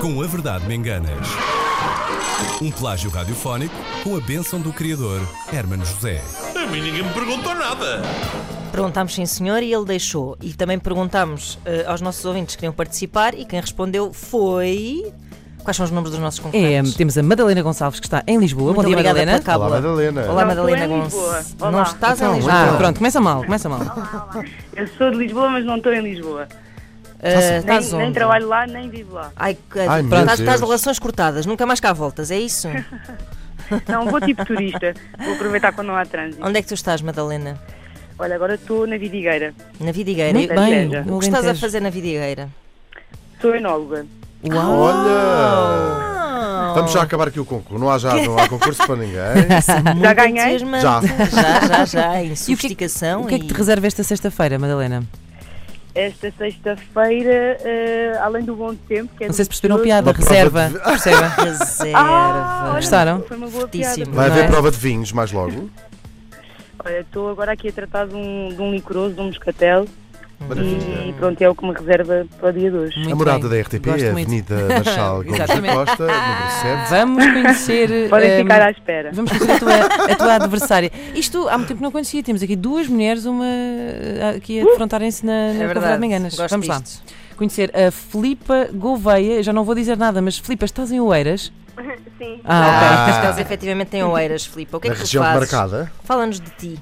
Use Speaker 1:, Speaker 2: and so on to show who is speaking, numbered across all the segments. Speaker 1: Com a Verdade Me Enganas. Um plágio radiofónico com a bênção do criador Hermano José.
Speaker 2: A mim ninguém me perguntou nada.
Speaker 3: Perguntámos sim senhor e ele deixou. E também perguntámos eh, aos nossos ouvintes que queriam participar e quem respondeu foi. Quais são os nomes dos nossos
Speaker 4: É,
Speaker 3: concorrentes?
Speaker 4: temos a Madalena Gonçalves que está em Lisboa.
Speaker 3: Muito
Speaker 4: Bom dia,
Speaker 3: obrigada
Speaker 4: Madalena.
Speaker 3: pela cábula.
Speaker 5: Olá, Madalena. Então,
Speaker 3: Olá,
Speaker 5: Não,
Speaker 3: Madalena
Speaker 6: estou em
Speaker 3: Gonçalves.
Speaker 6: Lisboa.
Speaker 3: Não Então
Speaker 6: Olá.
Speaker 3: estás em Lisboa.
Speaker 4: Ah, pronto, começa mal, começa mal.
Speaker 6: Eu sou de Lisboa, mas não estou em Lisboa.
Speaker 3: Eh,
Speaker 6: Nem,
Speaker 3: estás
Speaker 6: nem
Speaker 3: onde?
Speaker 6: trabalho lá, nem vivo lá.
Speaker 3: Ai, que-
Speaker 5: então, Ai, meu
Speaker 3: pronto, estás, estás de
Speaker 5: Deus.
Speaker 3: relações cortadas, nunca mais cá voltas, é isso?
Speaker 6: Não, vou tipo turista. Vou aproveitar quando não há trânsito.
Speaker 3: Onde é que tu estás, Madalena?
Speaker 6: Olha, agora estou na Vidigueira.
Speaker 3: Na Vidigueira.
Speaker 4: Muito
Speaker 3: E-
Speaker 4: bem,
Speaker 3: O
Speaker 4: no
Speaker 3: que estás a
Speaker 4: Alentejo.
Speaker 3: fazer na Vidigueira?
Speaker 6: Sou enóloga.
Speaker 5: Olha!
Speaker 3: Ah,
Speaker 5: Vamos já acabar aqui o concurso. Não há, já, não há concurso para ninguém.
Speaker 6: Já ganhei?
Speaker 5: Já.
Speaker 3: Já, já, já.
Speaker 4: E o que,
Speaker 3: Em
Speaker 4: é que-
Speaker 3: sofisticação.
Speaker 4: o que é que te
Speaker 3: e-
Speaker 4: reserva esta sexta-feira, Madalena?
Speaker 6: Esta sexta-feira, eh, além do bom tempo, que é
Speaker 4: Não sei se perceberam a
Speaker 6: delicioso-
Speaker 4: piada.
Speaker 5: Uma prova
Speaker 4: Reserva.
Speaker 5: de-
Speaker 4: Reserva.
Speaker 3: Reserva.
Speaker 6: Ah, olha,
Speaker 4: Gostaram?
Speaker 6: Foi uma boa
Speaker 3: Fortíssimo.
Speaker 6: piada.
Speaker 5: Vai
Speaker 4: Não é?
Speaker 5: haver prova de vinhos mais logo.
Speaker 6: Olha, estou agora aqui a tratar de um, de um licoroso, de um moscatel.
Speaker 5: Maravilha.
Speaker 6: E pronto, é o que me reserva para o dia de hoje.
Speaker 4: Muito
Speaker 5: a morada
Speaker 4: bem.
Speaker 5: da RTP
Speaker 4: Gosto
Speaker 5: é
Speaker 4: muito.
Speaker 5: Avenida Marchal Gomes da
Speaker 4: Exatamente.
Speaker 5: Costa, número 7.
Speaker 4: Vamos conhecer.
Speaker 6: Podem
Speaker 4: ehm,
Speaker 6: ficar à espera.
Speaker 4: Vamos conhecer a tua, a tua adversária. Isto há muito tempo que não conhecia. Temos aqui duas mulheres, uma eh, aqui a defrontarem-se na, na
Speaker 3: É
Speaker 4: Conferência
Speaker 3: verdade.
Speaker 4: de Menganas.
Speaker 3: Gosto
Speaker 4: Vamos lá.
Speaker 3: disto.
Speaker 4: Conhecer a Filipa Gouveia. Eu Já não vou dizer nada, mas Filipa, estás em Oeiras?
Speaker 7: Sim.
Speaker 4: Ah,
Speaker 3: Mas eles efetivamente têm oeiras, Filipe. O que é
Speaker 5: Na
Speaker 3: que tu
Speaker 5: região de
Speaker 3: fazes?
Speaker 5: Marcada.
Speaker 3: Fala-nos de ti.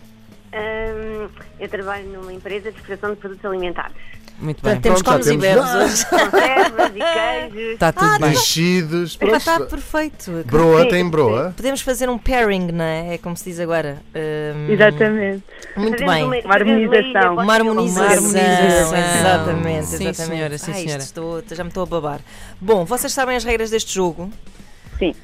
Speaker 7: Ahm, eu trabalho numa empresa de extração de produtos alimentares.
Speaker 4: ok. Muito bem.
Speaker 3: Portanto, temos
Speaker 5: Pronto, já
Speaker 3: comes e
Speaker 5: temos-
Speaker 3: bebes hoje.
Speaker 7: Conservas e queijos.
Speaker 4: Está tudo bem.
Speaker 5: Enchidos. pronto.
Speaker 3: Está perfeito.
Speaker 5: Broa tem broa.
Speaker 3: Podemos fazer um pairing, não é? É como se diz agora. Hum,
Speaker 6: Exatamente.
Speaker 3: Muito
Speaker 7: Fazemos
Speaker 3: bem.
Speaker 7: uma- fazemos uma ilha
Speaker 6: harmonização.
Speaker 7: para os
Speaker 3: Uma harmonização.
Speaker 7: teus
Speaker 6: harmonização.
Speaker 3: Exatamente,
Speaker 4: Sim,
Speaker 3: exatamente.
Speaker 4: senhora, sim,
Speaker 3: Ah, isto
Speaker 4: senhora.
Speaker 3: estou- já me estou a babar. Bom, vocês sabem as regras deste jogo.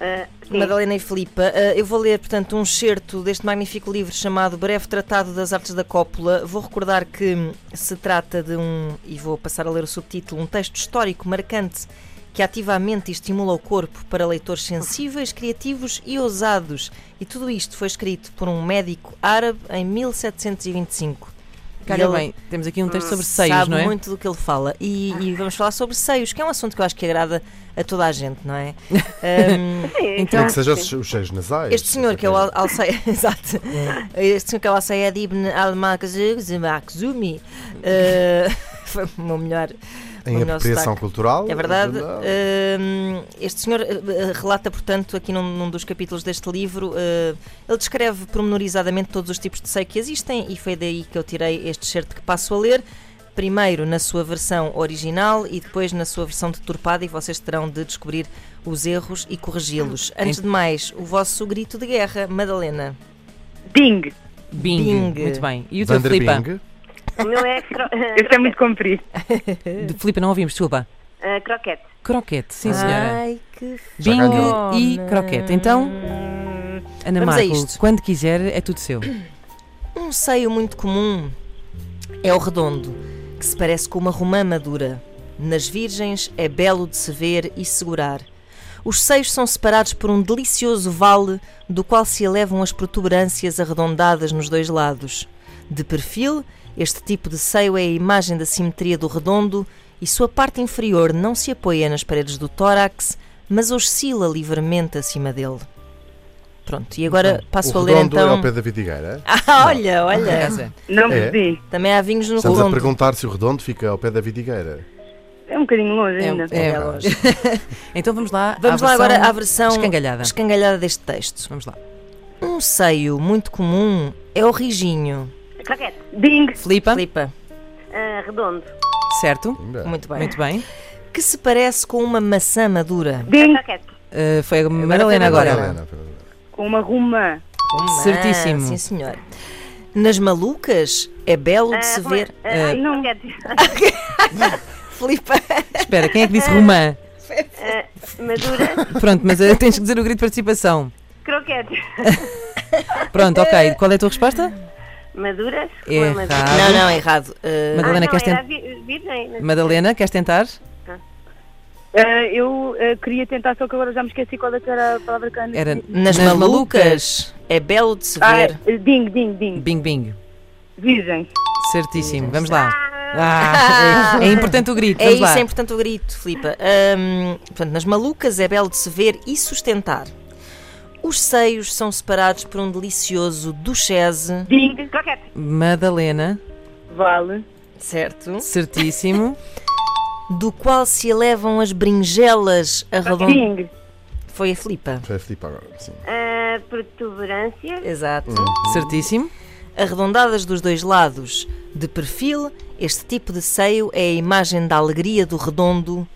Speaker 7: Ah, sim.
Speaker 3: Madalena e Filipa, eh, eu vou ler, portanto, um excerto deste magnífico livro chamado Breve Tratado das Artes da Cópula. Vou recordar que hum, se trata de um, e vou passar a ler o subtítulo, um texto histórico marcante que ativa a mente e estimula o corpo para leitores sensíveis, criativos e ousados. E tudo isto foi escrito por um médico árabe em 1725. E
Speaker 4: Calha
Speaker 3: ele
Speaker 4: bem, temos aqui um texto sobre seios,
Speaker 3: sabe
Speaker 4: não é?
Speaker 3: muito do que ele fala. E, e vamos falar sobre seios, que é um assunto que eu acho que agrada a toda a gente, não é? Hum,
Speaker 5: Tem que seja os os cheios nasais.
Speaker 3: este senhor que é o Al- Alcei, exato. Este senhor que é o Alceyed Ibn al-Makhzumi, eh, foi o meu melhor. o
Speaker 5: Em
Speaker 3: meu melhor
Speaker 5: apropriação
Speaker 3: sotaque.
Speaker 5: cultural.
Speaker 3: É verdade.
Speaker 5: não.
Speaker 3: Hum, este senhor eh, eh, relata, portanto, aqui num, num dos capítulos deste livro, eh, ele descreve pormenorizadamente todos os tipos de seio que existem e foi daí que eu tirei este certo que passo a ler. Primeiro na sua versão original e depois na sua versão deturpada, e vocês terão de descobrir os erros e corrigi-los. Antes de mais, o vosso grito de guerra, Madalena.
Speaker 6: Bing.
Speaker 4: Bing.
Speaker 3: Bing.
Speaker 4: Muito bem. E o teu
Speaker 5: Vander
Speaker 4: Filipa?
Speaker 5: Bing.
Speaker 7: O meu é cro-
Speaker 6: Este é muito comprido.
Speaker 4: De Filipa, não ouvimos, desculpa.
Speaker 7: ah, croquete.
Speaker 4: Croquete,
Speaker 3: Ah,
Speaker 4: sim senhora.
Speaker 3: Ai, que
Speaker 4: Bing
Speaker 5: ganhou.
Speaker 4: e croquete. Então, Ana
Speaker 3: Vamos a
Speaker 4: Marco,
Speaker 3: isto.
Speaker 4: quando quiser, é tudo seu.
Speaker 3: Um seio muito comum é o redondo, que se parece com uma romã madura. Nas virgens é belo de se ver e segurar. Os seios são separados por um delicioso vale do qual se elevam as protuberâncias arredondadas nos dois lados. De perfil, este tipo de seio é a imagem da simetria do redondo e sua parte inferior não se apoia nas paredes do tórax, mas oscila livremente acima dele. Pronto, e agora passo
Speaker 5: o
Speaker 3: a ler
Speaker 5: redondo é
Speaker 3: então.
Speaker 5: ao pé da Vidigueira.
Speaker 3: Ah, olha, olha.
Speaker 6: Não
Speaker 5: É?
Speaker 6: percebi.
Speaker 3: Também há vinhos no
Speaker 5: Estamos a
Speaker 3: redondo.
Speaker 5: perguntar se o redondo fica ao pé da Vidigueira.
Speaker 6: É um bocadinho longe
Speaker 4: É,
Speaker 6: ainda.
Speaker 4: é longe. Então vamos lá. à
Speaker 3: Vamos lá
Speaker 4: versão
Speaker 3: agora à versão
Speaker 4: Escangalhada.
Speaker 3: escangalhada deste texto.
Speaker 4: Vamos lá.
Speaker 3: Um seio muito comum é o rijinho.
Speaker 7: Croquete.
Speaker 6: Bing.
Speaker 4: Filipa,
Speaker 3: Flipa.
Speaker 7: Ah, redondo.
Speaker 4: certo?
Speaker 5: Ainda.
Speaker 3: Muito bem.
Speaker 4: Muito bem.
Speaker 3: Que se parece com uma maçã madura.
Speaker 6: Bing.
Speaker 7: Croquete.
Speaker 4: Uh, foi a Madalena
Speaker 5: É
Speaker 3: foi a
Speaker 4: agora.
Speaker 3: Madalena.
Speaker 5: Helena, pera-
Speaker 6: Com uma rumã.
Speaker 3: Ah,
Speaker 4: Certíssimo.
Speaker 3: Sim, senhor. Nas malucas é belo de se
Speaker 7: Ah,
Speaker 3: ver.
Speaker 7: ah,
Speaker 6: não.
Speaker 7: croquete.
Speaker 3: Flipa.
Speaker 4: Espera, quem é que disse romã?
Speaker 7: Ah, madura.
Speaker 4: Pronto, mas uh, tens que dizer o grito de participação.
Speaker 7: Croquete.
Speaker 4: Pronto, ok. Qual é a tua resposta?
Speaker 7: Maduras.
Speaker 4: Errado.
Speaker 7: madura.
Speaker 3: Não, não, errado. Uh,
Speaker 7: Ah,
Speaker 4: Madalena,
Speaker 7: não,
Speaker 4: queres
Speaker 7: era
Speaker 4: tentar?
Speaker 7: vi- virgem. né? mas-
Speaker 4: Madalena, queres tentar?
Speaker 6: Ah, eu ah, queria tentar, só que agora já me esqueci qual é que era a palavra que eu
Speaker 4: Era
Speaker 3: nas, malucas é belo de se
Speaker 6: Ah,
Speaker 3: ver.
Speaker 6: ding, ding, ding.
Speaker 4: Bing, bing.
Speaker 6: Virgem.
Speaker 4: Certíssimo. Vamos lá. Ah, é, é importante o grito.
Speaker 3: É
Speaker 4: vamos
Speaker 3: isso,
Speaker 4: lá.
Speaker 3: é importante o grito, Filipa. Hum, portanto, nas malucas é belo de se ver e sustentar. Os seios são separados por um delicioso duchese,
Speaker 6: Ding,
Speaker 7: Croquete.
Speaker 4: Madalena,
Speaker 6: vale.
Speaker 3: certo?
Speaker 4: certíssimo.
Speaker 3: Do qual se elevam as brinjelas arredondadas.
Speaker 6: Ding,
Speaker 3: Foi a Filipa.
Speaker 5: Foi a Filipe agora. Sim.
Speaker 7: Ah, protuberância.
Speaker 3: Exato.
Speaker 4: Hum. Certíssimo.
Speaker 3: Arredondadas dos dois lados, de perfil, este tipo de seio é a imagem da alegria do redondo.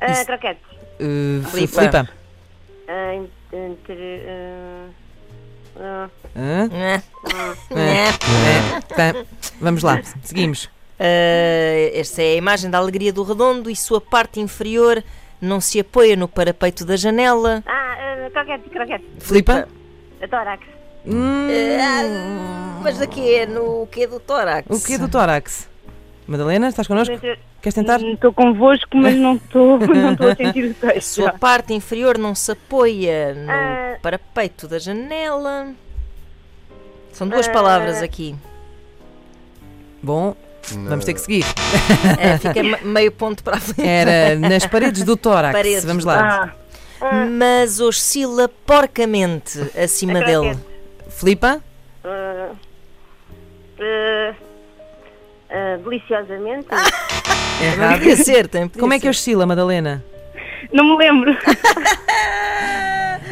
Speaker 7: Ah,
Speaker 3: Isso.
Speaker 7: Croquete.
Speaker 4: Uh,
Speaker 3: Filipa.
Speaker 4: Filipa.
Speaker 7: Ah, en- entre. ah, ah,
Speaker 4: Hã?
Speaker 3: Né?
Speaker 4: Né? Né? Tá. Vamos lá, seguimos.
Speaker 3: Uh, esta é a imagem da alegria do redondo e sua parte inferior não se apoia no parapeito da janela.
Speaker 7: ah, ah, croquete, croquete.
Speaker 4: Filipa?
Speaker 7: Tórax.
Speaker 4: Hum,
Speaker 3: Mas daqui é no que do tórax?
Speaker 4: O que é do tórax? Madalena, estás connosco?
Speaker 7: Entre-
Speaker 4: Queres
Speaker 3: tá-
Speaker 4: tentar?
Speaker 6: estou convosco, mas não estou não estou a sentir o
Speaker 3: A
Speaker 6: texto.
Speaker 3: sua parte inferior não se apoia no
Speaker 7: Ah.
Speaker 3: parapeito da janela. São duas palavras aqui.
Speaker 4: Bom, vamos ter que seguir.
Speaker 3: É, fica me- meio ponto para a frente.
Speaker 4: Era nas paredes do tórax.
Speaker 3: Paredes.
Speaker 4: Vamos lá.
Speaker 6: Ah,
Speaker 3: Mas oscila porcamente acima
Speaker 7: A
Speaker 3: dele.
Speaker 7: croquete.
Speaker 4: Filipa?
Speaker 7: Ah, ah, ah, deliciosamente.
Speaker 4: é
Speaker 3: Também podia ser, também podia
Speaker 4: Como é que
Speaker 3: ser.
Speaker 4: oscila, Madalena?
Speaker 6: não me lembro.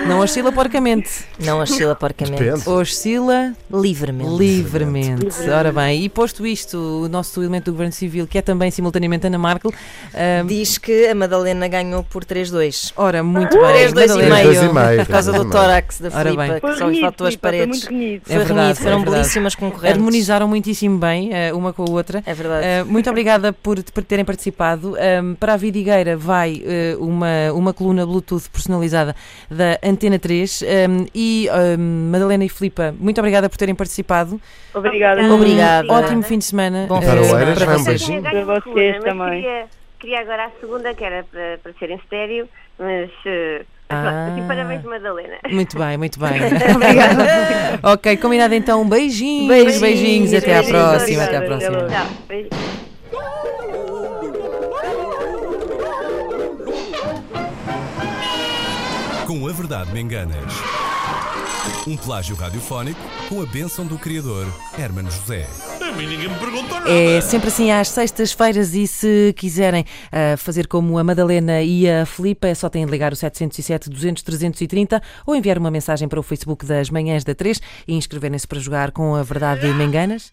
Speaker 4: Não oscila porcamente.
Speaker 3: Não oscila porcamente.
Speaker 5: Depende.
Speaker 4: Oscila
Speaker 3: Livremente.
Speaker 4: livremente. Ora bem, e posto isto, o nosso elemento do Governo Civil, que é também simultaneamente Ana Markel, ah,
Speaker 3: Diz que a Madalena ganhou por 3-2.
Speaker 4: ora, muito bem,
Speaker 3: 3, 2 e
Speaker 4: Madalena.
Speaker 5: Três, dois e
Speaker 3: meio.
Speaker 5: meio,
Speaker 3: Por causa do
Speaker 5: três, dois e meio.
Speaker 3: tórax da
Speaker 4: Ora bem.
Speaker 3: Filipa, que
Speaker 6: Foi
Speaker 3: só
Speaker 6: bonito,
Speaker 3: esfatou as
Speaker 6: Filipa, foi
Speaker 3: paredes.
Speaker 6: muito bonito.
Speaker 3: Foi
Speaker 4: É verdade,
Speaker 3: reunido, foram
Speaker 4: é verdade.
Speaker 3: belíssimas concorrentes.
Speaker 4: Harmonizaram muitíssimo bem, ah, uma com a outra.
Speaker 3: É verdade.
Speaker 4: Ah, muito obrigada por, por terem participado. Ahm, para a Vidigueira vai ah, uma, uma coluna Bluetooth personalizada da Antena 3. ahm, e ahm, Madalena e Filipa, muito obrigada por terem participado.
Speaker 6: Obrigada.
Speaker 7: Ah,
Speaker 3: Obrigada.
Speaker 4: Ótimo fim de semana.
Speaker 3: Bom
Speaker 4: ah,
Speaker 3: fim de semana.
Speaker 5: Oeiras, vai um
Speaker 4: vocês.
Speaker 5: beijinho.
Speaker 7: Então, Eu tinha ganho
Speaker 6: Para
Speaker 7: uma
Speaker 6: vocês
Speaker 7: coluna, mas
Speaker 6: também.
Speaker 7: Queria, queria agora a segunda, que era para, para ser em estéreo, mas. eh,
Speaker 4: Ah.
Speaker 7: pronto, assim, parabéns, Madalena.
Speaker 4: Muito bem, muito bem. Obrigada. ok, combinado então. Beijinhos, beijinhos,
Speaker 3: Beijinhos,
Speaker 4: e até à
Speaker 3: beijinhos,
Speaker 4: próxima. Até à
Speaker 6: obrigada.
Speaker 4: próxima.
Speaker 7: Tchau. Beijinhos.
Speaker 1: Com a Verdade Me Enganas. Um plágio radiofónico com a bênção do criador, Hermano José.
Speaker 2: A mim ninguém me perguntou nada.
Speaker 4: É sempre assim às sextas-feiras e se quiserem ah, fazer como a Madalena e a Filipa, só têm de ligar o 707 200 330 ou enviar uma mensagem para o Facebook das Manhãs da 3 e inscreverem-se para jogar com a Verdade e Menganas.